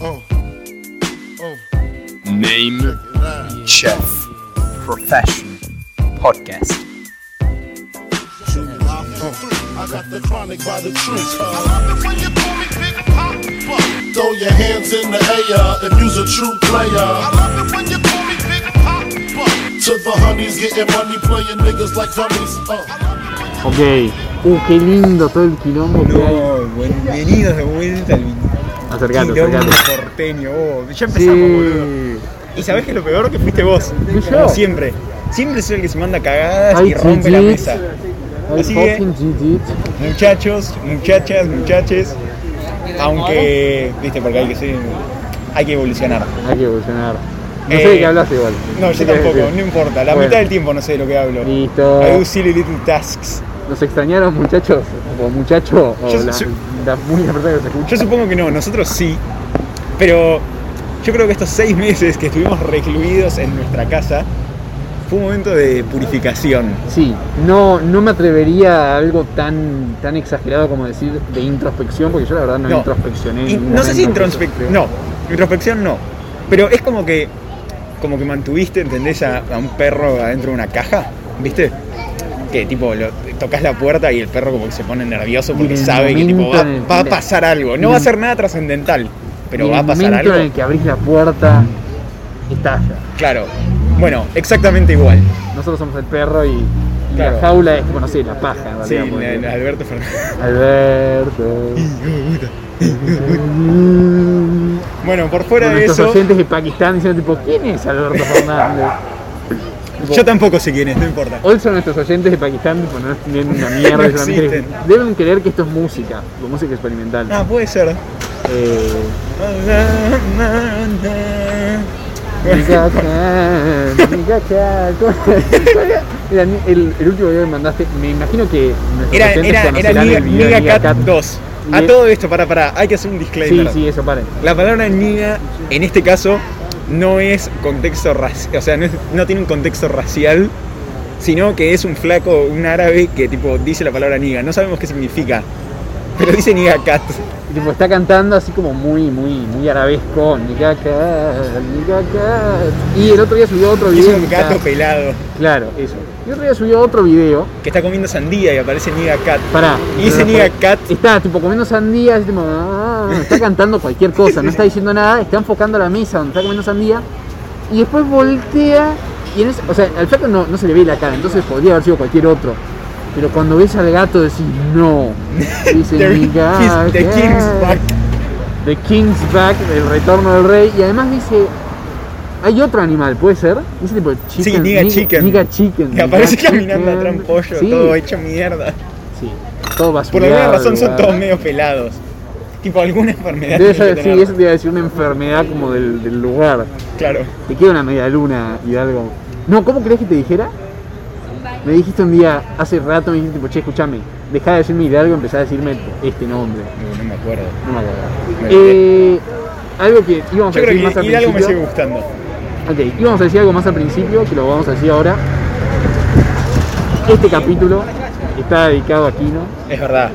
Oh. Oh. Name, Right. Chef Profession Podcast. I got the chronic by the trees. I love it when you call me Big Papa. Throw your hands in the air if you's a true I player. love it when you call me Big Papa. To the honeys, getting money, playing niggas like dummies. Uh. Ok. Oh, Uh, qué lindo todo el quilombo que hay. No, bienvenidos de vuelta al Acercate, quilombo acercate. porteño, vos. Ya Sí. empezamos, boludo. Y sabés que lo peor que fuiste vos. Fui yo. Como siempre. Siempre soy el que se manda cagadas Ay, y rompe la GG. mesa. Ay, Así que- fucking GG. Muchachos, muchachas, muchaches. Aunque, viste, porque hay que ser- Hay que evolucionar. Hay que evolucionar. No Eh, sé de qué hablas igual. No, yo ¿Qué querés tampoco, no decir? importa. La Bueno. mitad del tiempo no sé de lo que hablo. Listo. I do silly little tasks. ¿Los extrañaron muchachos? O muchacho, o Yo- la, yo- la única persona que nos escucha. Yo supongo que no, nosotros sí. Pero yo creo que estos seis meses que estuvimos recluidos en nuestra casa fue un momento de purificación. Sí, no, no me atrevería a algo tan, tan exagerado como decir de introspección, porque yo la verdad no, No. introspeccioné. en Y ningún no sé ¿eh? si momento, introspección. No, introspección no. Pero es como que. Como que mantuviste, ¿entendés? A, a un perro adentro de una caja, ¿viste? Que tipo, lo, tocas la puerta y el perro como que se pone Y nervioso en porque el sabe que tipo, va, momento en el- va a pasar algo. No en- va a ser nada trascendental, pero Y va a En pasar el momento algo. Mm. en el que abrís la puerta, estalla. Claro. Bueno, exactamente igual. Nosotros somos el perro y, y Claro. la jaula es, como no sé, la paja en Sí, realidad. porque- la- la- Alberto Fernández. Alberto. Bueno, por fuera de Nuestros eso, oyentes de Pakistán diciendo tipo, ¿quién es Alberto Fernández? yo tampoco sé quién es, no importa. Hoy son nuestros oyentes de Pakistán, tipo, no tienen una mierda. No solamente existen. deben creer que esto es música, tipo, música experimental. Ah, puede ser. Eh, Mira Bueno, acá, mira acá. Mira, el, el último video que mandaste, me imagino que nuestros Era, oyentes era, era conocerán Niga, el video de Niga Niga Cat 2. A Ni- todo esto, para, para, hay que hacer un Sí, disclaimer. sí, eso, paren. La palabra niga, en este caso, no es contexto racial, o sea, no, es- no tiene un contexto racial, sino que es un flaco, un árabe que tipo dice la palabra niga. No sabemos qué significa, pero dice niga cat. Tipo, está cantando así como muy, muy, muy arabesco. Niga Cat, Niga Cat. Y el otro día subió otro Y es video. un que está- gato pelado Claro, eso. Y otro día subió otro video. que está comiendo sandía y aparece niga cat. Pará. Y dice niga cat. Está tipo comiendo sandía, así, tipo, ah, está cantando cualquier cosa, no está diciendo nada, está enfocando la mesa donde está comiendo sandía y después voltea y en ese- o sea, al flaco no, no se le ve la cara, entonces podría haber sido cualquier otro. Pero cuando ves al gato decís no. Dice There- "Mi he's- gato". the king's back. The King's Back, el retorno del rey. Y además dice. Hay otro animal, ¿puede ser? Dice tipo chicken. Sí, Niga Chicken. Niga Chicken. Y aparece Niga caminando Chicken. atrás un pollo, Sí, todo hecho mierda. Sí, todo Por alguna basurado, razón son lugar. todos medio pelados. Tipo, alguna enfermedad. Debe tienen ser, que sí, tener. eso te iba a decir una enfermedad como del, del lugar. Claro. Te queda una media luna y algo. No, ¿cómo crees que te dijera? Me dijiste un día, hace rato, me dijiste, tipo, che, escúchame, dejá de decirme Hidalgo y empezá a decirme este nombre. No, no me acuerdo. No me acuerdo. Me Eh, algo que íbamos Yo a decir creo más que al ir algo me sigue principio. gustando. Ok, íbamos a decir algo más al principio, que lo vamos a decir ahora. Este capítulo está dedicado a Kino, Es verdad.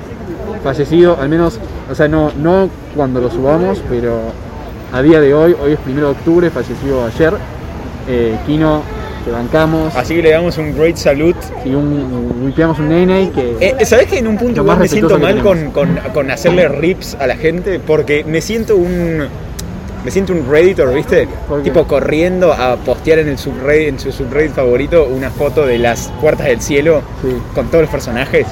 fallecido, al menos, o sea, no, no cuando lo subamos, pero a día de hoy, hoy es 1 de octubre, falleció ayer. Eh, Kino, te bancamos Así que le damos un great salute. y un, wipeamos un nene que. Eh, eh, ¿Sabés que en un Lo punto más igual me siento respetuoso mal que con, con, con hacerle rips a la gente? Porque me siento un. Me siento un Redditor, ¿viste? ¿Por qué? Tipo corriendo a postear en el subreddit, en su subreddit favorito una foto de las puertas del cielo Sí. con todos los personajes.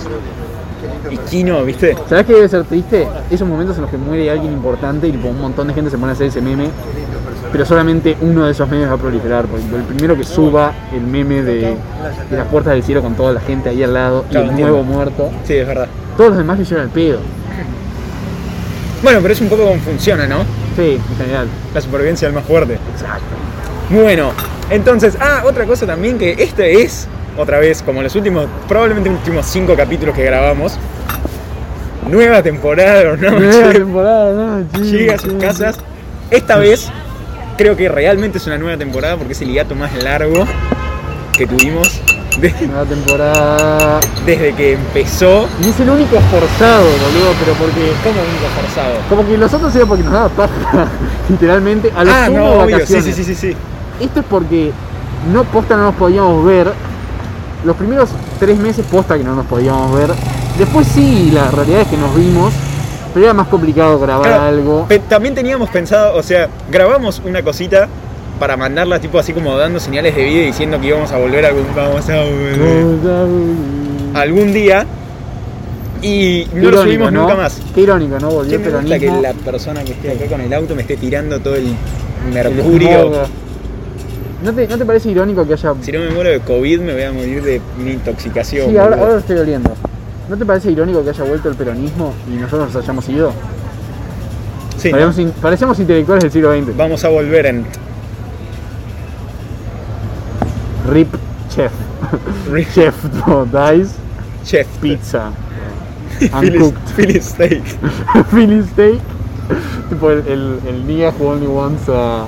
Y Kino, ¿viste? ¿Sabes qué debe ser triste? Esos momentos en los que muere alguien importante y tipo, un montón de gente se pone a hacer ese meme, pero solamente uno de esos memes va a proliferar. Por ejemplo, el primero que suba el meme de, de las puertas del cielo con toda la gente ahí al lado y Claro, el entiendo. nuevo muerto, Sí, es verdad. todos los demás le llevan el pedo. Bueno, pero es un poco como funciona, ¿no? Sí, en general. La supervivencia del más fuerte. Exacto. Bueno, entonces, ah, otra cosa también que este es, otra vez, como los últimos, probablemente últimos cinco capítulos que grabamos, nueva temporada de Hornado Nueva Chef temporada, no, sí, llega a sus sí. casas. Esta vez creo que realmente es una nueva temporada porque es el hiato más largo que tuvimos. De- Nueva temporada. desde que empezó, Y es el único forzado, boludo, pero porque. como único forzado. Como que los otros era porque nos daba paja, literalmente. A los ah, no, obvio, sí, vacaciones. sí, sí, sí, sí. Esto es porque no posta no nos podíamos ver. Los primeros tres meses posta que no nos podíamos ver. Después sí, la realidad es que nos vimos. Pero era más complicado grabar Claro, algo. pe- también teníamos pensado, o sea, grabamos una cosita para mandarla tipo así como dando señales de vida y diciendo que íbamos a volver algún vamos a volver algún día y Qué Ah, no lo subimos ¿no? nunca más. Qué irónico, ¿no? Volvió ¿Qué me gusta que peronismo, la persona que esté acá con el auto me esté tirando todo el el mercurio? smog. ¿No te, ¿No te parece irónico que haya Si no me muero de COVID me voy a morir de una intoxicación. Sí, ahora, boludo. ahora lo estoy oliendo. ¿No te parece irónico que haya vuelto el peronismo y nosotros nos hayamos ido? Sí, Parecemos, in- parecemos intelectuales del siglo XX. vamos a volver en Rip Chef. Rip. Chef no, Dice Chef Pizza. Philly- Uncooked. Philly Steak. Philly Steak. Tipo el, el, el nigga who only wants a,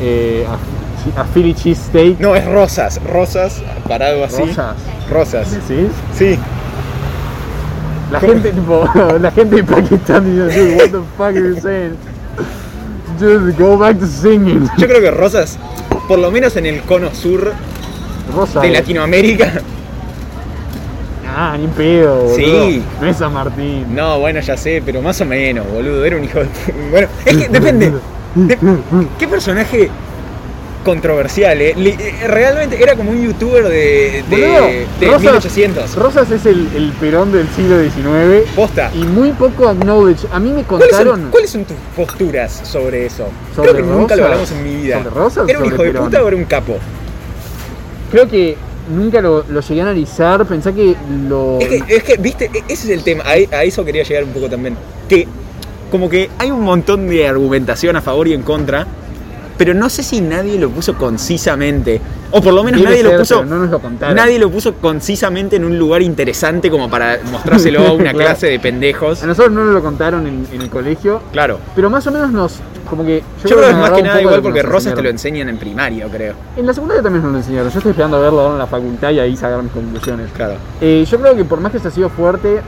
eh, a, a Philly cheese steak. No, es Rosas, Rosas parado así. Rosas. Rosas. ¿Sí? Sí. La ¿Cómo? gente, tipo, la gente de Pakistán dice, "Dude, what the fuck are you saying? Just go back to singing. Yo creo que Rosas, por lo menos en el cono sur Rosa. de Latinoamérica. Ah, ni pedo, boludo. Sí. No es San Martín. No, bueno, ya sé, pero más o menos, boludo. Era un hijo de. Bueno, es que depende. De- ¿Qué personaje controversial, eh? Li- eh, Realmente era como un youtuber de, Boludo, de, de Rosas- 1800. Rosas es el, el perón del siglo XIX Posta. y muy poco acknowledge. A mí me ¿Cuáles contaron. son, cuáles son tus posturas sobre eso? ¿Sobre Creo que nunca lo Rosas? hablamos en mi vida. ¿Sobre Rosas o ¿Era un sobre hijo de Perón? puta o era un capo? Creo que nunca lo, lo llegué a analizar. Pensé que lo. Es que, es que, viste, e- ese es el tema, a, a eso quería llegar un poco también. Que como que hay un montón de argumentación a favor y en contra, pero no sé si nadie lo puso concisamente. O por lo menos Debe nadie ser, lo puso. pero No nos lo contaron. Nadie lo puso concisamente en un lugar interesante como para mostrárselo a una Claro. clase de pendejos. A nosotros no nos lo contaron en, en el colegio. Claro. Pero más o menos nos. Como que. Yo, creo que es nos más agarraba que un nada poco igual de porque nos Rosas te lo enseñaron. enseñan en primario, creo. En la secundaria también nos lo enseñaron. Yo estoy esperando a verlo ahora en la facultad y ahí sacar mis conclusiones. Claro. Eh, yo creo que por más que se ha sido fuerte,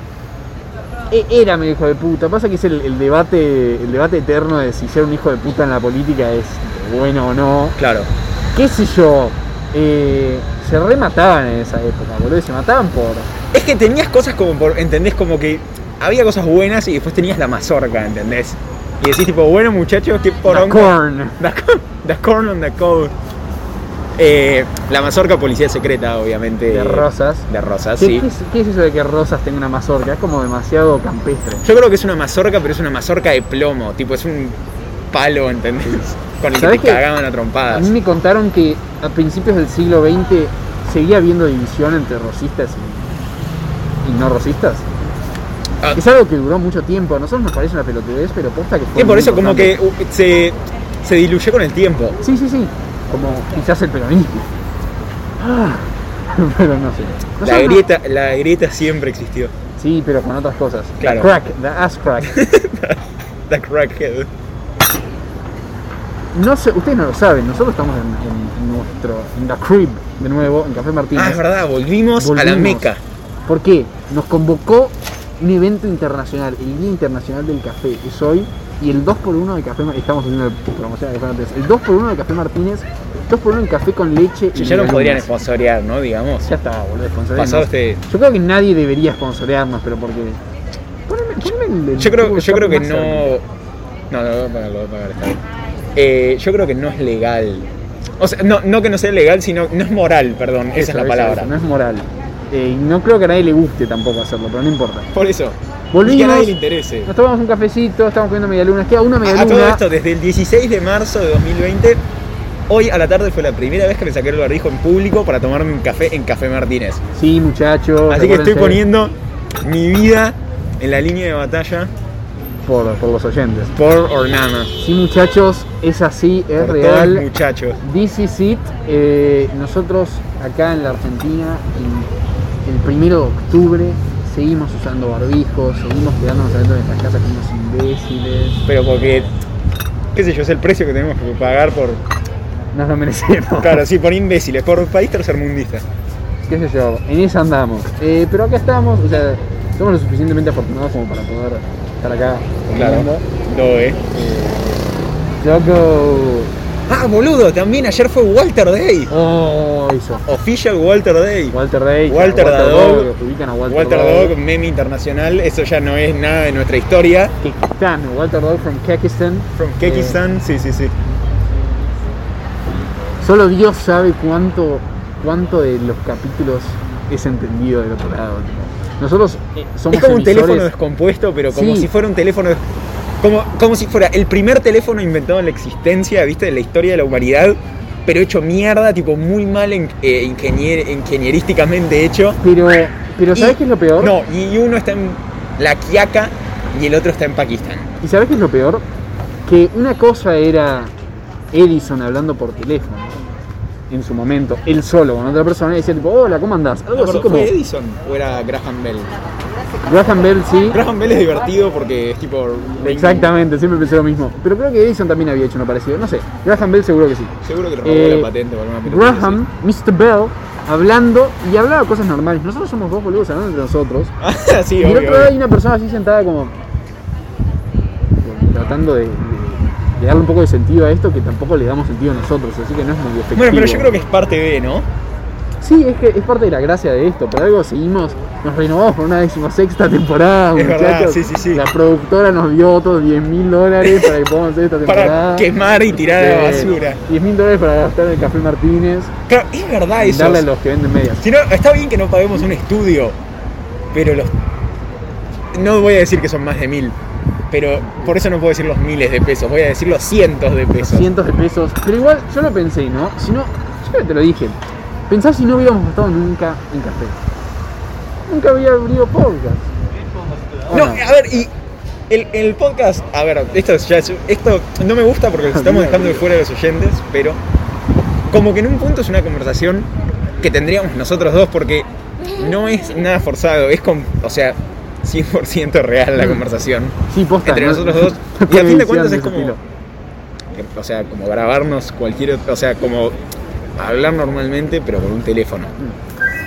e- era medio hijo de puta. Pasa que es el, el debate el debate eterno de si ser un hijo de puta en la política es bueno o no. Claro. ¿Qué sé yo? Eh, se remataban en esa época, boludo. y Se mataban por. Es que tenías cosas como por. ¿Entendés? Como que había cosas buenas y después tenías la mazorca, ¿entendés? Y decís tipo, bueno muchachos, qué la poronga. corn. The corn. The corn on the cob. Eh, la mazorca policía secreta, obviamente. De Rosas. De rosas, ¿Qué, Eh, sí. qué es, qué es eso de que Rosas tenga una mazorca? Es como demasiado campestre. Yo creo que es una mazorca, pero es una mazorca de plomo. Tipo, es un palo, ¿entendés? Con el que te ¿Sabés qué? cagaban a A trompadas. mí me contaron que a principios del siglo XX seguía habiendo división entre rosistas y- y no rosistas. Ah, Es algo que duró mucho tiempo. A nosotros nos parece una pelotudez, pero posta que fue. y por muy eso, como que importante. uh, se, se diluyó con el tiempo. Sí, sí, sí. Como quizás el peronismo. Ah, pero no sé. Nosotros La no- grieta, la grieta siempre existió. Sí, pero con otras cosas. Claro. The crack, the ass crack. The crackhead. No sé, ustedes no lo saben. Nosotros estamos en, en- en nuestro. En la crib, de nuevo, en Café Martínez. Ah, es verdad, volvimos, a la Volvimos. meca. ¿Por qué? Nos convocó un evento internacional, el Día Internacional del Café, es hoy, y el 2x1 de Café Martínez, estamos haciendo promoción de Café Martínez, el 2x1 de Café Martínez, 2x1 en café con leche Che, y ya nos podrían medialunas. sponsorear, ¿no? Digamos. Ya está, boludo, sponsorearnos. Pasado este. Yo creo que nadie debería sponsorearnos, pero porque... Poneme, poneme el- el Yo creo, tipo yo creo que más cerca. no. No, no, lo voy a pagar, lo voy a pagar, está bien. Eh, yo creo que no es legal. O sea, no, no que no sea legal, sino no es moral, perdón, esa es Eso, la eso, palabra. eso, no es moral. Eh, y no creo que a nadie le guste tampoco hacerlo, pero no importa. Por eso. Volvimos. Y que a nadie le interese. Nos tomamos un cafecito, estamos comiendo medialunas, queda una medialuna. A Ah, todo esto, desde el 16 de marzo de 2020, hoy a la tarde fue la primera vez que me saqué el barbijo en público para tomarme un café en Café Martínez. Sí, muchachos. Así que estoy acuérdense. poniendo mi vida en la línea de batalla por, por los oyentes. por Ornama. Sí, muchachos, es así, es Por todos real. muchachos. This is it. Eh, nosotros acá en la Argentina, en- el primero de octubre, seguimos usando barbijos, seguimos quedándonos adentro de nuestras casas como unos imbéciles. Pero porque, qué sé yo, es el precio que tenemos que pagar por Nos lo merecemos. Claro, sí, por imbéciles, por país tercermundista. qué sé yo, en esa andamos. Eh, pero acá estamos, o sea, somos lo suficientemente afortunados como para poder estar acá. Claro. comiendo. Doe. Loco. Ah, boludo, también ayer fue Walter Day. Oh, hizo. Official Walter Day. Walter Rey. Walter Walter Dadog. Dog, Ubican a Walter, Walter Dog. Dog, meme internacional, eso ya no es nada de nuestra historia. Kekistan, Walter Dog from Kekistan. From Kekistan, sí, sí, sí. Eh, Solo Dios sabe cuánto, cuánto de los capítulos es entendido del otro lado. tipo. Nosotros eh, somos Es como un emisores- teléfono descompuesto, pero como Sí. si fuera un teléfono. des- Como, como si fuera el primer teléfono inventado en la existencia, ¿viste? De la historia de la humanidad, pero hecho mierda, tipo muy mal en- eh, ingenier- ingenierísticamente hecho. Pero, pero ¿sabes Y- qué es lo peor? No, y uno está en La Quiaca y el otro está en Pakistán. ¿Y sabes qué es lo peor? Que una cosa era Edison hablando por teléfono en su momento, él solo con otra persona y decía tipo, hola, ¿cómo andás? Algo así como ¿Fue Edison o era Graham Bell? Graham Bell, sí. Graham Bell es divertido porque es tipo... Raymond. Exactamente, siempre pensé lo mismo. Pero creo que Edison también había hecho uno parecido. No sé, Graham Bell seguro que sí. Seguro que robó Eh, la patente o alguna pelotudez Graham, Mr. Bell, hablando y hablaba cosas normales. Nosotros somos dos boludos hablando entre nosotros. así. Ah, sí, Y el obvio, otro lado obvio. hay una persona así sentada como como tratando de, de- de darle un poco de sentido a esto que tampoco le damos sentido a nosotros, así que no es muy efectivo. Bueno, pero yo creo que es parte de, ¿no? Sí, es que es parte de la gracia de esto, por algo seguimos, nos renovamos por una decimosexta temporada, Es muchachos. verdad, sí, sí, sí. La productora nos dio otros 10 mil dólares para que podamos hacer esta temporada. Para quemar y tirar a la basura. 10 mil dólares para gastar en el Café Martínez Claro, es verdad y Ah, eso. darle a los que venden medias. Si no, está bien que no paguemos un estudio, pero los... No voy a decir que son más de mil, pero por eso no puedo decir los miles de pesos, voy a decir los cientos de pesos. cientos de pesos. Pero igual yo lo pensé, ¿no? Si no, yo creo que te lo dije. Pensá si no hubiéramos gastado nunca en café. Nunca había abrido podcast. ¿O No, no? a ver, y el, el podcast, a ver, esto es ya es- esto no me gusta porque los estamos dejando de fuera de los oyentes, pero como que en un punto es una conversación que tendríamos nosotros dos porque no es nada forzado, es con, o sea, 100% real la conversación. Sí, posta. Entre ¿no? nosotros dos, No y a fue fin de cuentas edición es ese como- estilo. O sea, como grabarnos cualquier, o sea, como hablar normalmente pero con un teléfono.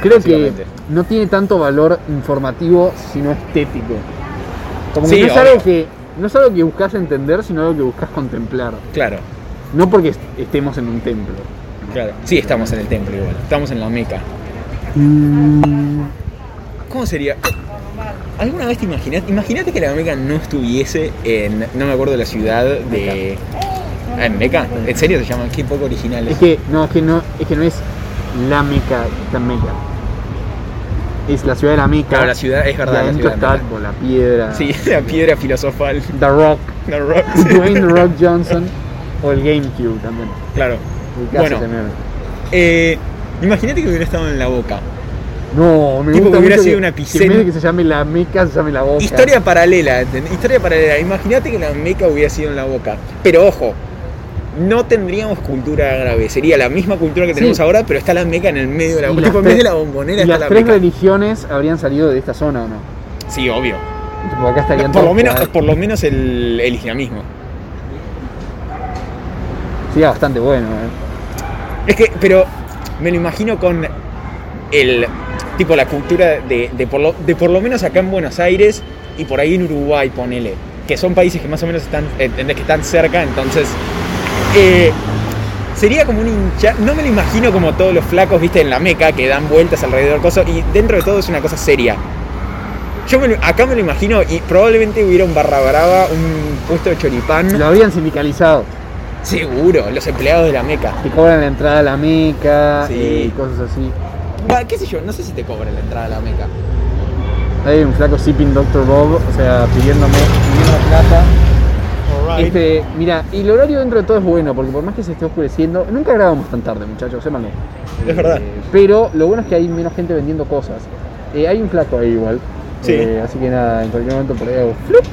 Creo que básicamente. no tiene tanto valor informativo, sino estético. Como que Sí, no es obvio. algo que. No es algo que buscas entender, sino algo que buscas contemplar. Claro, No porque est- estemos en un templo. claro. Sí, estamos en el templo igual, estamos en la Meca. Mm, ¿Cómo sería? ¿Alguna vez te imaginaste? Imagínate que la Meca no estuviese en. No me acuerdo la ciudad de. Ah, ¿En Meca? ¿En serio se llama? Qué poco original Es es. que no, es que no, es que no es la Meca, la Meca. Es la ciudad de la Meca. Claro, la ciudad es Y verdad. La adentro ciudad de está Meca. tipo, la piedra. Sí, la piedra filosofal. The Rock. No, Rock. Dwayne The Rock Johnson. O el GameCube también. Claro. ubicás Bueno, ese meme. eh, imagínate que hubiera estado en la boca. No, me tipo, gusta hubiera mucho sido que- una que en piscina. vez de que se llame la Meca, se llame la Boca. Historia paralela, ¿entendés? Historia paralela. Imagínate que la Meca hubiera sido en la boca. Pero ojo, no tendríamos cultura árabe. Sería la misma cultura que tenemos ahora, pero está la Meca en el medio de la Y boca. las Tipo, en vez de tres- la bombonera Y está las la tres Meca. religiones habrían salido de esta zona, ¿o no? Sí, obvio. Tipo, acá estarían Por lo todos menos, pegados. por lo menos el, el islamismo. Sería bastante bueno, ¿eh? Es que, pero me lo imagino con el tipo la cultura de, de por lo, de por lo menos acá en Buenos Aires y por ahí en Uruguay, ponele. Que son países que más o menos están, entendés, que están cerca, entonces. eh, Sería como un hincha, no me lo imagino como todos los flacos, viste, en la meca, que dan vueltas alrededor, cosa, y dentro de todo es una cosa seria. Yo me lo- acá me lo imagino y probablemente hubiera un barra brava, un puesto de choripán. Lo habrían sindicalizado. Seguro, los empleados de la Meca. Te cobran la entrada a la Meca Sí. eh, y cosas así. Va, qué sé yo, no sé si te cobran la entrada a la Meca. Hay un flaco sipping Dr. Bob, o sea, pidiéndome, pidiéndome plata. Este, mira, y el horario dentro de todo es bueno, porque por más que se esté oscureciendo, nunca grabamos tan tarde, muchachos, sépanlo. Es verdad. Pero lo bueno es que hay menos gente vendiendo cosas. Eh, hay un flaco ahí igual. Sí. Eh, así que nada, en cualquier momento por ahí hago flup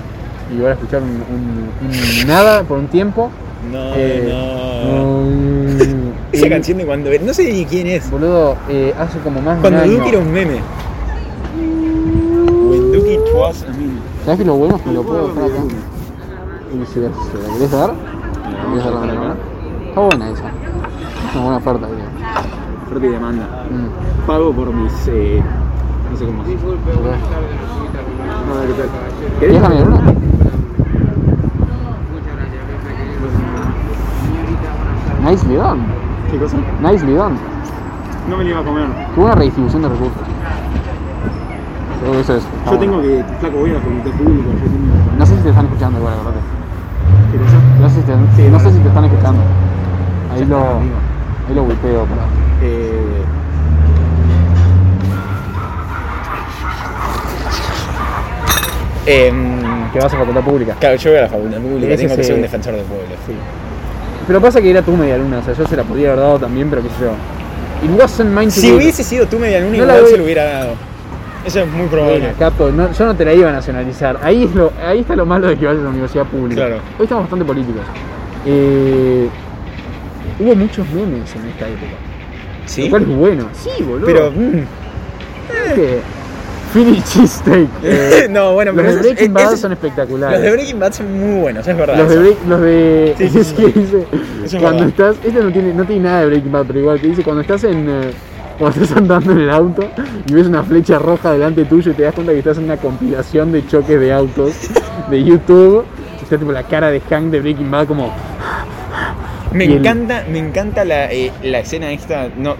y van a escuchar un, un- un nada por un tiempo. No, Eh, no. um, Esa y, canción de cuando. No sé ni quién es. Boludo, eh, hace como más de un Cuando año. Duki era un meme. When Duki was a meme. ¿Sabes que lo bueno es que lo puedo dejar acá? Y si la si la querés dar, la querés dar la mano. Está buena esa. Es una buena oferta, tío. oferta y demanda. Mm. Pago por mis. eh, no sé cómo se dice. A ver, ¿qué tal? ¿Quieres la medialuna? Nice Lidón. ¿Qué cosa? Nice Lidón. No me la iba a comer. Qué buena redistribución de recursos. Creo que eso es. está Yo bueno. tengo que. Flaco, voy a la facultad pública. Yo tengo. No sé si te están escuchando igual, la verdad. ¿Qué cosa? No sé si te, Sí, no sé vale. si te están escuchando. Ahí Ya lo, está, amigo. ahí lo pues. whipeo, pero- Eh, Em, Que vas a facultad pública. claro, yo voy a la facultad pública, Ese tengo que es, ser un eh, defensor del pueblo. Pero pasa que era tu media luna, o sea, yo se la podía haber dado también, pero qué sé yo. It wasn't mine to Si do. hubiese sido tú media luna, No la igual doy. se lo hubiera dado. Eso es muy probable. Mira, Capo, no- yo no te la iba a nacionalizar. Ahí, es lo, ahí está lo malo de que vayas a la universidad pública. Claro. Hoy estamos bastante políticos. Eh, hubo muchos memes en esta época. Lo Sí, cual es bueno. Sí, boludo. Eh. pero. mm, Es que- Philly Cheesesteak. eh, no, bueno, pero. los de esos- Breaking eh, Bad esos- son espectaculares. Los de Breaking Bad son muy buenos, es verdad. Los de, eso. break- los de- Sí, sí, es sí. que dice, Eso es cuando verdad. estás, este no tiene, no tiene nada de Breaking Bad, pero igual te dice, cuando estás en, eh, cuando estás andando en el auto y ves una flecha roja delante tuyo y te das cuenta que estás en una compilación de choques de autos de YouTube, está tipo la cara de Hank de Breaking Bad como, Me Y el- encanta, me encanta la, eh, la escena esta. No,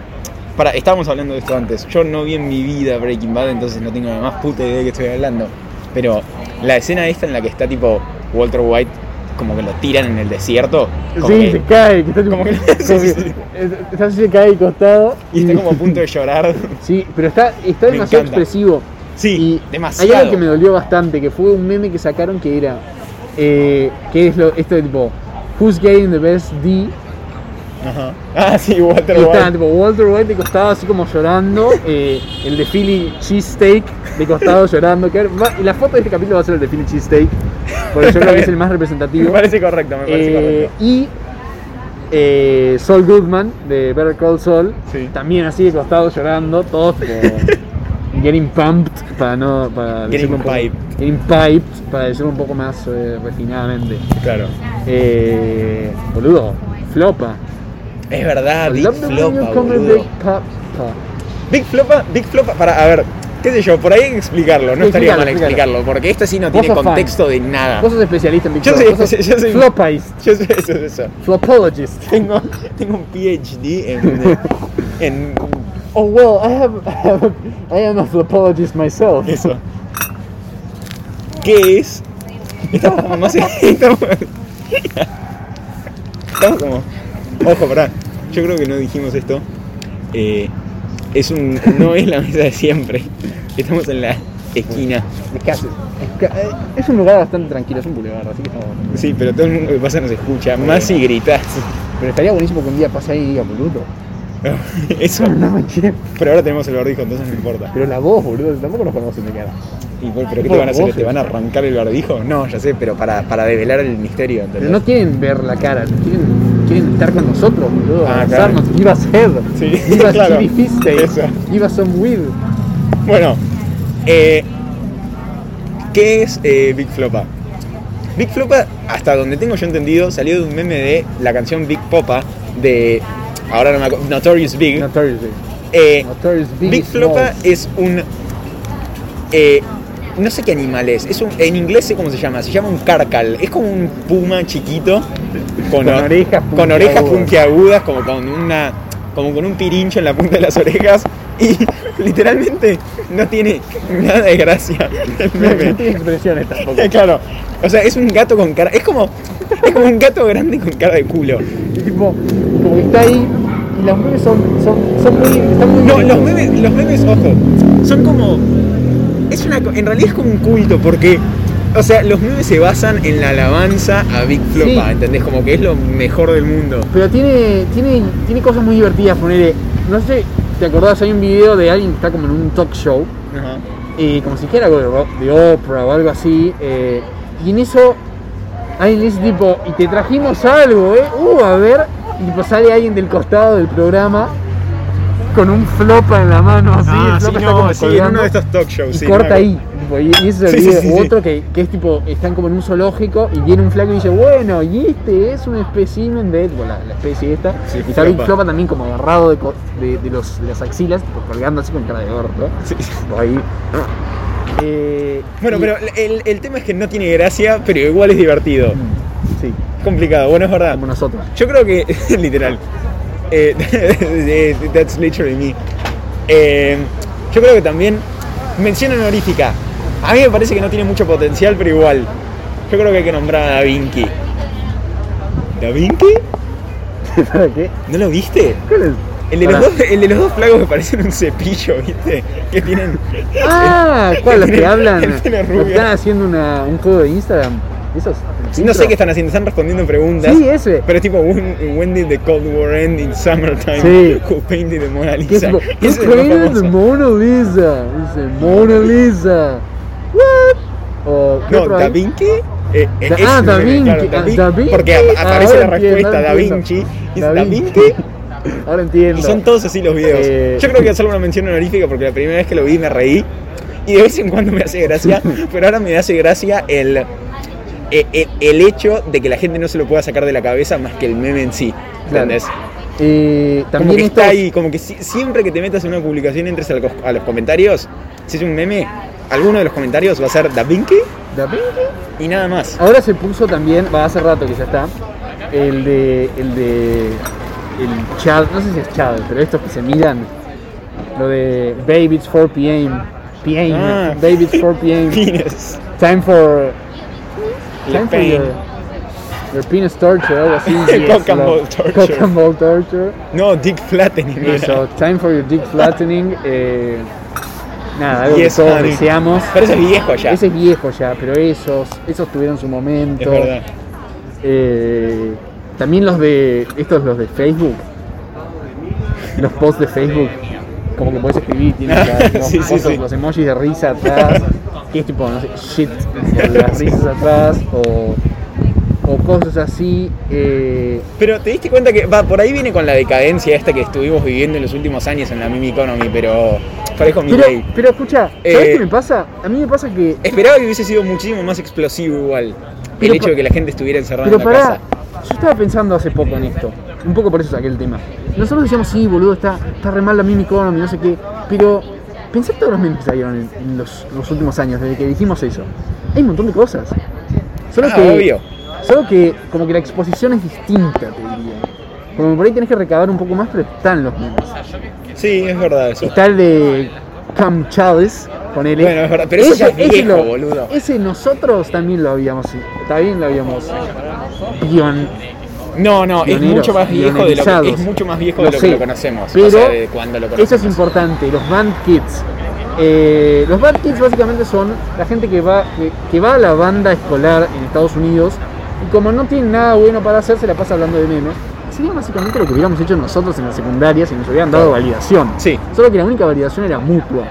para, estábamos hablando de esto antes. Yo no vi en mi vida Breaking Bad, entonces no tengo la más puta idea de qué estoy hablando. Pero la escena esta en la que está tipo Walter White, como que lo tiran en el desierto. como sí, que- se cae, que está tipo, como que- como sí, que- sí, eh, está así, se cae de costado. y está como a punto de llorar. Sí, pero está, está Me demasiado encanta. expresivo. Sí, Y demasiado. Hay algo que me dolió bastante, que fue un meme que sacaron que era, eh, que es lo, esto de tipo, Who's getting the best D? Ajá. Ah, sí, Walter Y estaba White. tipo Walter White de costado así como llorando, eh, el de Philly Cheesesteak de costado llorando. que va- y la foto de este capítulo va a ser el de Philly Cheesesteak, porque yo creo que es el más Me representativo. parece correcto, me parece Eh, correcto. y eh, Saul Goodman de Better Call Saul, Sí. también así de costado llorando, todos como getting pumped para no para Getting decirlo un poco- piped. getting piped, para decirlo un poco más eh, refinadamente. Claro. Eh, boludo, flopa. Es verdad, Big Love the way you Flopa, come and boludo. break pop, pop. Big Flopa, Big Flopa, para, a ver, qué sé yo, por ahí hay que explicarlo, no Sí, estaría explícalo, mal explícalo. explicarlo, porque esto sí no Vos tiene sos fan. contexto de nada. Vos sos especialista en Big Yo Flopa, soy- vos sos yo soy- Flopist, Yo sé eso, es eso. flopologist. Tengo, tengo un PhD en, en Oh well, I have, I have a, I am a flopologist myself. eso. ¿Qué es? Estamos como, no sé, estamos, estamos como, ojo, pará, yo creo que no dijimos esto. Eh, es un, no es la mesa de siempre, estamos en la esquina. Es casi- es ca- eh, Es un lugar bastante tranquilo, es un boulevard, así que está bueno. Sí, pero todo el mundo que pasa nos escucha, más si gritas. Pero estaría buenísimo que un día pase ahí y diga, boludo. Eso. No me quiero. Pero ahora tenemos el barbijo, entonces no importa. Pero la voz, boludo, tampoco nos conocen de cara. Y, bueno, ¿Pero qué te van a hacer? ¿Te van a arrancar el barbijo? No, ya sé, pero para, para develar el misterio, Pero ¿entendés? no quieren ver la cara, quieren, quieren estar con nosotros, boludo. Ah, abrazarnos. Give us head. Sí, Give us claro. chili fish Eso. steak. Give us some weed. Bueno, eh, ¿qué es eh, Big Flopa? Big Flopa, hasta donde tengo yo entendido, salió de un meme de la canción Big Popa de. Ahora no me acuerdo. Notorious Big. Notorious Big. Eh, Notorious Big. Big is Flopa small. es un. eh, no sé qué animal es. es un, en inglés sé cómo se llama. Se llama un carcal. Es como un puma chiquito. Con, Con o- orejas Con orejas puntiagudas. puntiagudas, como con una. Como con un pirincho en la punta de las orejas. Y literalmente no tiene nada de gracia el meme. No tiene expresiones tampoco. Eh, Claro. O sea, es un gato con cara. Es como. Es como un gato grande con cara de culo. Y tipo, como que está ahí. Y los memes son, son, son muy. Están muy No, bien los hechos. memes, los memes, ojo, son como. Es una, co- en realidad es como un culto, porque. O sea, los memes se basan en la alabanza a Big Flopa, Sí. ¿entendés? Como que es lo mejor del mundo. Pero tiene, tiene, tiene cosas muy divertidas. Ponele. No sé, ¿te acordás? Hay un video de alguien que está como en un talk show. eh, como si fuera algo de, Ro- de Oprah o algo así. eh, y en eso alguien dice tipo, y te trajimos algo, ¿eh? Uh, a ver. Y tipo sale alguien del costado del programa con un flopa en la mano, así. ah, el sí, flopa está no, como sí, en uno colgando de estos talk shows. y sí, corta me ahí. acuerdo. tipo, y, y eso es Sí, el sí, video. sí, U sí. otro Que, que es tipo, están como en un zoológico y viene un flaco y dice, bueno, y este es un espécimen de bueno, la, la especie esta. Sí, y está Big flopa. Flopa también como agarrado de, co- de, de los, de las axilas, tipo, colgando así con cara de gordo. Sí. Tipo, ahí. Eh, Bueno, y- pero el, el tema es que no tiene gracia, pero igual es divertido. Mm, Sí, Es complicado, bueno, es verdad. como nosotros. Yo creo que, literal, eh, that's literally me. Eh, yo creo que también, mención honorífica. A mí me parece que no tiene mucho potencial, pero igual. Yo creo que hay que nombrar a Da Vinci. ¿Da Vinci? ¿Para qué? ¿No lo viste? ¿Cuál es? El de, los Pará. dos, el de los dos flacos que parecen un cepillo, ¿viste? Que tienen. Ah, ¿cuál? Los que Tiene- hablan. él tiene los que rubia. están haciendo una, un juego de Instagram. Esos. No sé qué están haciendo, están respondiendo preguntas. Sí, eh. ese. Pero es tipo, when, when did the Cold War end in summertime? Sí. Who painted the Mona Que es Lisa? tipo, Ese es el "Who más created the famoso. Mona Lisa? Dice, Mona Lisa. What? O, ¿qué No, otro Da hay? Vinci. eh, eh, Da- es ah, un Da meme, Vinci, claro, Da ah, Vin- Da Vinci, Porque ap- aparece la ahora entiendo, respuesta, Da entiendo. Vinci. y Da Da Vinci. Vinci. Ahora entiendo. Y son todos así los videos. Eh, Yo creo que hacerle una mención honorífica porque la primera vez que lo vi me reí. Y de vez en cuando me hace gracia. pero ahora me hace gracia el, e- e- el hecho de que la gente no se lo pueda sacar de la cabeza más que el meme en sí. Claro. ¿Entendés? Eh, Como también que estos- está ahí, como que si- siempre que te metas en una publicación entres a los, a los comentarios, si es un meme, alguno de los comentarios va a ser Da Vinci Da Vinci. y nada más. Ahora se puso también, va hace rato que ya está, el de. el de. el Chad, no sé si es Chad, pero estos que se miran. Lo de Babe it's 4 pm. PM. Ah. Babe it's 4 pm. Fines. Time for. Le Time for pain. your, your penis torture, algo así. Cock and lo- ball torture. Cock and ball torture. No, Dick Flattening. era. Eso, time for your dick flattening. eh, nada, algo Yes, que todos honey. deseamos. Pero ese es viejo ya. Ese es viejo ya, pero esos, esos tuvieron su momento. Es verdad. Eh, también los de. Estos, los de Facebook. Los posts de Facebook. Como que podés escribir, tienen la- los, Sí, sí, cosas, sí. los emojis de risa atrás. Que es tipo, no sé, shit. o Las risas atrás. O, o cosas así. eh, Pero te diste cuenta que, va, por ahí viene con la decadencia esta que estuvimos viviendo en los últimos años en la Mimi Economy, pero parezco mi pero, ley. pero escucha, ¿sabés Eh, qué me pasa? A mí me pasa que. Esperaba que hubiese sido muchísimo más explosivo igual el Pero hecho pa- de que la gente estuviera encerrada Pero en pará, la casa. yo estaba pensando hace poco en esto. Un poco por eso saqué el tema. Nosotros decíamos, sí, boludo, está, está re mal la mini economy, no sé qué. Pero pensé en todos los memes que salieron en, en los, los últimos años, desde que dijimos eso. Hay un montón de cosas. Solo Ah, que, obvio. Solo que como que la exposición es distinta, te diría. Como por ahí tenés que recabar un poco más, pero están los memes. Sí, es verdad eso. Está el de Cam Chávez, ponele. Bueno, es verdad, pero eso ya es viejo, lo- boludo. Ese nosotros también lo habíamos, también lo habíamos guion, No, no, es pioneros, mucho más viejo de lo que, es pionerizados. mucho más viejo de lo que sé, lo conocemos. Pero o sea, de cuando lo eso es conocemos. importante, los band kids. Eh, los band kids básicamente son la gente que va, que, que va a la banda escolar en Estados Unidos y como no tienen nada bueno para hacer, se la pasa hablando de memes. Sería básicamente lo que hubiéramos hecho nosotros en la secundaria si nos hubieran dado validación. Sí. Solo que la única validación era mutua.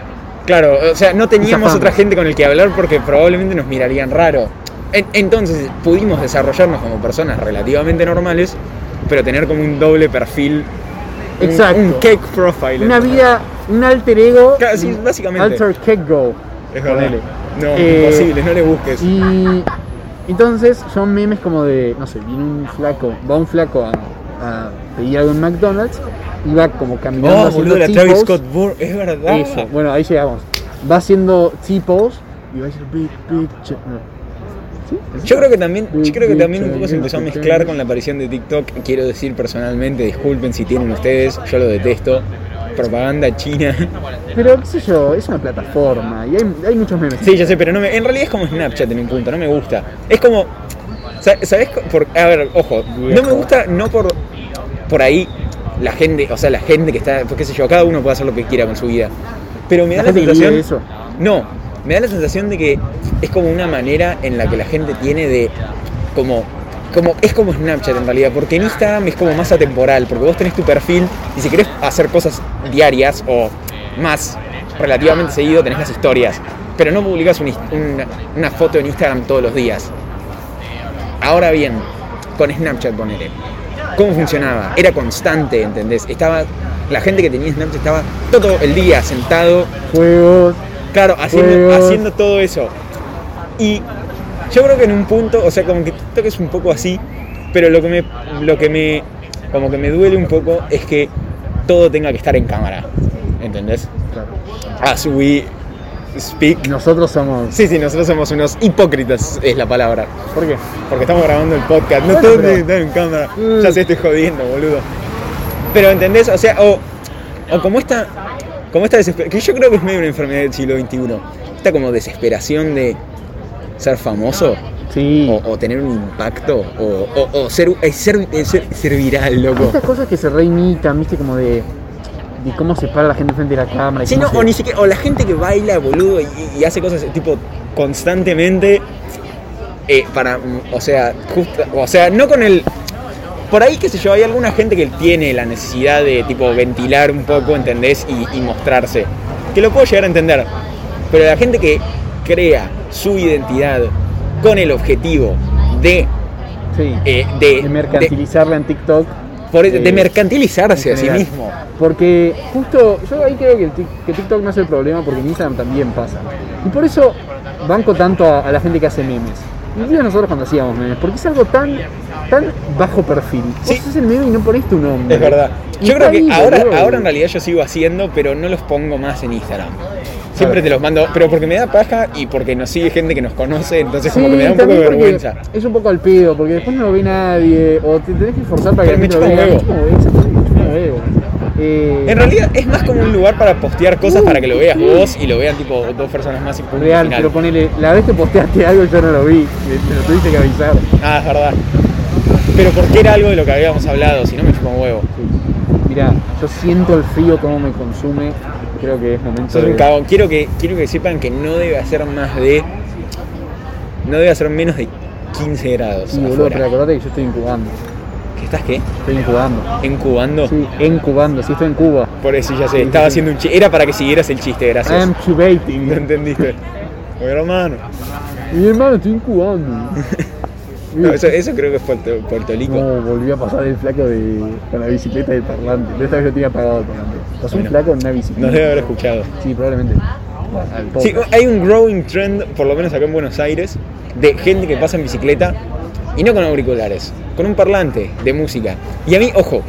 Claro, o sea, no teníamos Zafamos. otra gente con el que hablar porque probablemente nos mirarían raro. En- Entonces pudimos desarrollarnos como personas relativamente normales, pero tener como un doble perfil. un- Exacto. Un, cake profile. Una vida, un alter ego. Claro, sí, básicamente. Alter cake go. Es verdad. ponele. No, Eh, imposible, no le busques. Y entonces son memes como de, no sé, viene un flaco, va un flaco a, a pedir algo en McDonald's y va como caminando Oh, haciendo boludo, la Travis T-pose. Scott Ah. Burr, es verdad. Eso, bueno, ahí llegamos. Va haciendo T-pose y va a decir big picture. No. ¿Sí? Yo creo que también, yo creo que también un poco se Big empezó a picture. mezclar con la aparición de TikTok. Quiero decir personalmente, disculpen si tienen ustedes, yo lo detesto. Propaganda china. Pero qué sé yo, es una plataforma y hay, hay muchos memes. Sí, ya sé, pero no me, en realidad es como Snapchat en un punto, no me gusta. Es como. sa- ¿Sabes? co- Por, a ver, ojo, no me gusta, no por, por ahí la gente, o sea, la gente que está, pues, qué sé yo, cada uno puede hacer lo que quiera con su vida. Pero me da La la, gente que vive sensación. de No, me da la sensación de que es como una manera en la que la gente tiene de. como. Como, es como Snapchat en realidad, porque en Instagram es como más atemporal, porque vos tenés tu perfil y si querés hacer cosas diarias o más relativamente seguido tenés las historias, pero no publicas una, una foto en Instagram todos los días. Ahora bien, con Snapchat ponele. ¿Cómo funcionaba? Era constante, ¿entendés? Estaba La gente que tenía Snapchat estaba todo el día sentado, Juegos. claro, haciendo, Juegos. haciendo todo eso. Y yo creo que en un punto, o sea, como que TikTok es un poco así, pero lo que me, lo que me, como que me duele un poco es que todo tenga que estar en cámara, ¿entendés? As we speak. Nosotros somos. Sí, sí, nosotros somos unos hipócritas, es la palabra. ¿Por qué? Porque estamos grabando el podcast, no Bueno, todo pero- tiene que estar en cámara. Mm. Ya se estoy jodiendo, boludo. Pero entendés, o sea, o, o como esta. Como esta desesperación. Que yo creo que es medio una enfermedad del siglo XXI. Esta como desesperación de ser famoso. Sí. O, o tener un impacto. O, o- o ser, eh, ser, eh, ser, ser viral, loco. Estas cosas que se reimitan, viste, como de. De cómo se para la gente frente a la cámara. y Sí, cómo no, se- o ni siquiera. O la gente que baila, boludo, y, y hace cosas tipo constantemente. eh, para. mm, O sea, justo. O sea, no con el. Por ahí, qué sé yo, hay alguna gente que tiene la necesidad de tipo ventilar un poco, ¿entendés? Y, y mostrarse. Que lo puedo llegar a entender. Pero la gente que crea su identidad con el objetivo de. Sí. eh, de, de mercantilizarla en TikTok. de- por- de eh, mercantilizarse en a sí general. mismo. Porque justo, yo ahí creo que, el tic- que TikTok no es el problema porque en Instagram también pasa. Y por eso banco tanto a, a la gente que hace memes. Incluso nosotros cuando hacíamos memes, porque es algo tan, tan bajo perfil. Sí. Vos haces el meme y no pones tu nombre. Es verdad. Y Yo creo está que ahí, ahora, boludo. ahora en realidad yo sigo haciendo, pero no los pongo más en Instagram. Siempre te los mando, pero porque me da paja y porque nos sigue gente que nos conoce, entonces Sí, como que me da un poco de también porque vergüenza. Es un poco al pedo, porque después no lo ve nadie, o te tenés que forzar para que Pero la me gente lo chupa vea. un huevo. Me chupa un huevo, me chupa un huevo. Eh, En realidad es más como un lugar para postear cosas para que lo veas vos y lo vean tipo dos personas más y punto Real, final. pero ponele, la vez que posteaste algo yo no lo vi, me- me lo tuviste que avisar. Ah, es verdad. Pero porque era algo de lo que habíamos hablado, si no me chupa un huevo. Mira, yo siento el frío como me consume, creo que es momento Sos un de... cagón. Quiero que, quiero que sepan que no debe hacer más de. No debe hacer menos de 15 grados. Sí, boludo, afuera. pero acordate que yo estoy incubando, ¿Qué estás qué? estoy incubando. ¿Encubando? Sí, incubando, sí estoy en Cuba. Por eso ya sé, estaba haciendo un chiste. Era para que siguieras el chiste, gracias. I'm No cubating. entendiste. Oye, hermano. Mi hermano, estoy incubando. No, eso, eso creo que es Puerto, Puerto Rico. No, volví a pasar el flaco de, con la bicicleta y el parlante. Pero esta vez lo tenía apagado el parlante. Pasó un Bueno. flaco en una Nos debe bicicleta. haber escuchado. Sí, probablemente. Al Sí, podcast. hay un growing trend, por lo menos acá en Buenos Aires, de gente que pasa en bicicleta y no con auriculares, con un parlante de música. Y a mí, ojo,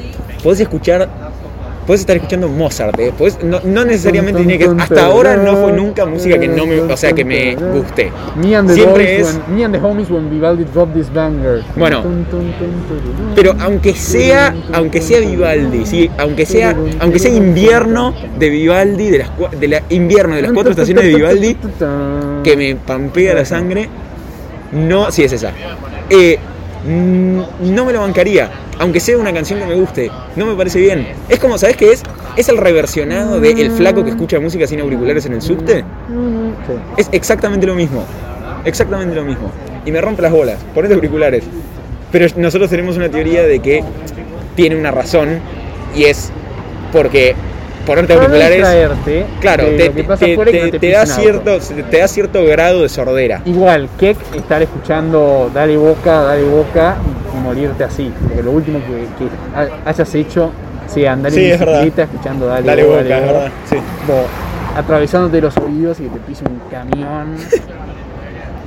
podés escuchar, podés estar escuchando Mozart, ¿eh? Podés- no, no necesariamente tiene que. Hasta ahora no fue nunca música que no me, o sea, que me guste. Me and the Siempre boys es. when- me and the homies when Vivaldi dropped this banger. Bueno. Tun, tun, tun, tururú. Pero aunque sea, aunque sea Vivaldi, sí, aunque sea, aunque sea invierno de Vivaldi, de las cua- de la, invierno de las cuatro estaciones de Vivaldi, que me pampea la sangre, no, sí es esa. Eh, mm, no me lo bancaría, aunque sea una canción que me guste, no me parece bien. Es como, ¿sabes qué es? Es el reversionado de el flaco que escucha música sin auriculares en el subte. Mm, Sí. Es exactamente lo mismo. Exactamente lo mismo. Y me rompe las bolas. Ponete auriculares. Pero nosotros tenemos una teoría de que tiene una razón y es porque ponerte Para no auriculares. distraerte Claro, de te, lo que pasa te- afuera y que te- no te te da pisen auto. cierto, te da cierto grado de sordera. Igual, Keck estar escuchando Dale Boca, Dale Boca y morirte así. Porque lo último que, que ha- hayas hecho sea andar Sí, en es verdad. bicicleta escuchando Dale, Dale Boca, boca, es verdad. Sí. Como atravesándote los oídos y que te pise un camión.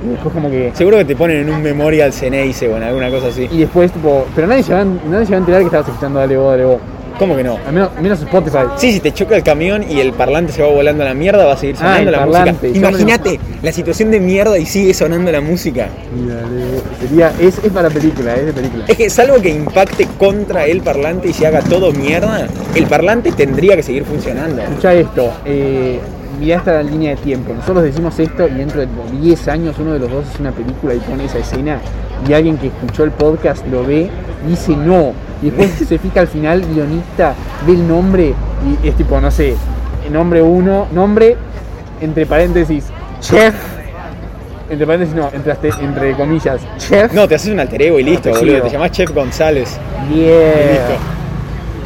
y después como que... Seguro que te ponen en un memorial Ceneice o en alguna cosa así. Y después tipo... Pero nadie se va, a- nadie se va a enterar que estabas escuchando Dale Boca, Dale Boca. ¿Cómo que no? Al menos, menos Spotify. Sí, si te choca el camión y el parlante se va volando a la mierda, va a seguir Ah, sonando el la parlante. Yo música. Imagínate la situación de mierda y sigue sonando la música. Y Dale Boca. Sería, es, es para película, es de película. Es que salvo que impacte contra el parlante y se haga todo mierda, el parlante tendría que seguir funcionando. Escucha esto, eh, mirá esta línea de tiempo. Nosotros decimos esto y dentro de tipo 10 años uno de los dos hace una película y pone esa escena y alguien que escuchó el podcast lo ve y dice no. Y después se fija al final, guionista, ve el nombre y es tipo, no sé, nombre 1, nombre, entre paréntesis, chef, entre paréntesis no, entre, aste- entre comillas, chef. No, te haces un alter ego y listo, Apellido. boludo. Ah, Te llamás Chef González. Yeah. Listo.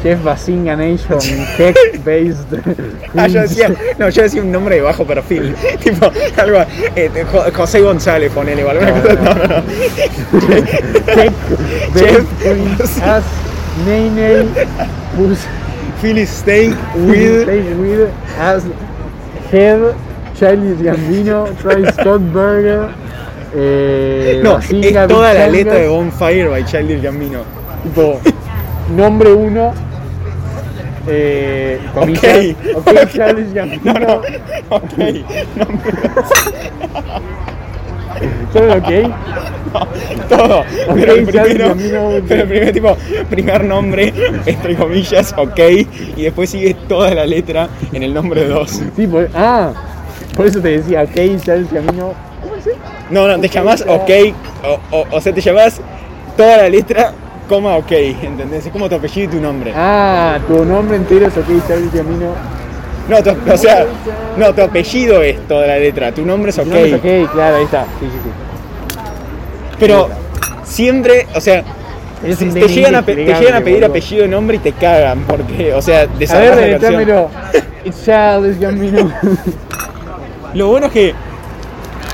Chef Basinga Nation, tech based. Ah, yo decía, no, yo decía un nombre de bajo perfil. tipo, algo, eh, Jo- José González, ponele, o alguna No, cosa. no. no, no. Check, Check. Check. As Nene Pus Philly steak With, with. with as head, Charlie Gambino, Travis Scott Burger. Eh, No, Bazinga, es toda la Big letra de Changa, Bonfire by Charlie Gambino. tipo, nombre uno. Eh, comillas, Ok, ok, ok. Charlie Gambino. No, no. Ok. No, ¿Solo ok? todo. Ok, Pero el Charlie primero, Gambino, ok. pero el primer tipo, primer nombre, entre comillas, ok. Y después sigue toda la letra en el nombre 2. Sí, por, ah, por eso te decía, ok, Charles Camino. No, no, te llamás ok. O, o- o sea, te llamás toda la letra, coma ok. ¿Entendés? Es como tu apellido y tu nombre. Ah, tu nombre entero es ok, Charles Camino. No, tu- o sea, no, tu apellido es toda la letra, tu nombre es ok. ok, claro, ahí está. Sí, sí, sí. Pero siempre, o sea, Eres un te nene llegan, a, pe- te inexplicable, llegan a pedir boludo. apellido y nombre y te cagan, porque, o sea, A desarmas ver, la canción. deletrámelo. It's Charles Camino. Lo bueno es que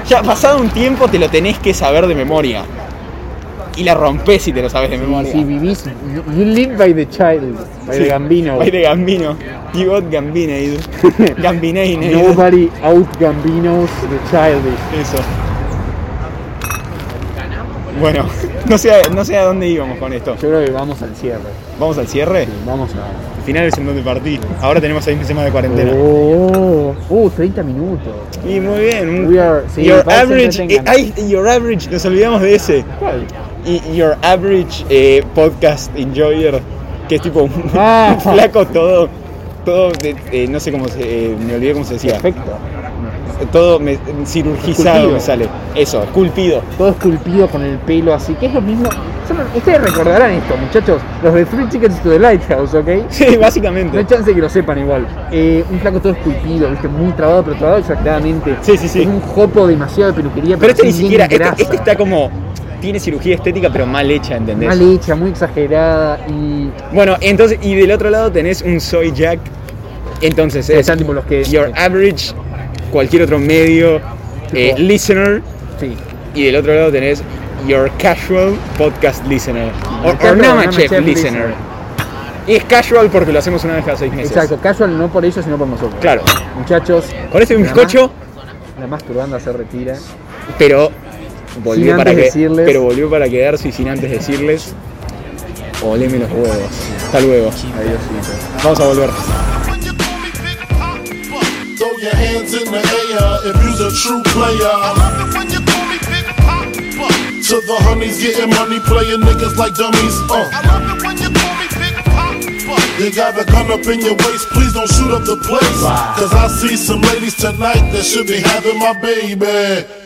ya pasado un tiempo te lo tenés que saber de memoria. Y la rompés si te lo sabes de memoria. si vivís, you you live by the child, by the Sí. Gambino. By the Gambino. You got Gambinaid. Gambinaid. Nobody out Gambinos the childish. Eso. Bueno, no sé, a- no sé a dónde íbamos con esto. Yo creo que vamos al cierre. ¿Vamos al cierre? Sí, vamos a. Al final es en donde partí. Ahora tenemos seis semanas de cuarentena. Oh, oh, 30 minutos. Y muy bien. un- We are- sí, your parece que average. tengan. eh, ay, your average. Nos olvidamos de ese. ¿Cuál? Y your average eh, podcast enjoyer, que es tipo un, Ah. un flaco todo, todo, de- eh, no sé cómo se, eh, me olvidé cómo se decía, Perfecto. todo me- cirurgizado Esculpido. me sale, eso, esculpido. todo esculpido con el pelo así, que es lo mismo. Son- ustedes recordarán esto, muchachos, los de Three Chickens to the Lighthouse, ¿ok? Sí, No hay básicamente. chance de que lo sepan igual. Eh, un flaco todo esculpido, ¿viste? muy trabado, pero trabado exactamente. Sí, sí, sí. Con un jopo demasiado de peluquería, Pero este ni sin siquiera, grasa. este, este está como, tiene cirugía estética pero mal hecha, ¿entendés? Mal hecha, muy exagerada y. Bueno, entonces, y del otro lado tenés un Soy Jack, entonces es están tipo los que- your average, cualquier otro medio, eh, Tipo- listener, Sí. y del otro lado tenés Your Casual Podcast Listener. Or, Casual or Nama Nama Chef Chef Listener. Listener. Y es casual porque lo hacemos una vez cada seis meses. Exacto, casual no por ellos, sino por nosotros. Claro. Muchachos, Con este la bizcocho, mas- La masturbanda se retira. pero Sin volvió, antes para que, decirles- pero volvió para quedarse y sin antes decirles, oleme los huevos. Hasta luego. Adiósito. Vamos a volver. When you call me Big Papa. Throw your hands in the air if you's a true I player. love it when you call me Big Papa. To the honeys getting money, playing niggas like dummies. Uh. I love it when you call me Big Papa. You got a gun up in your waist, please don't shoot up the place. Cause I see some ladies tonight that should be having my baby.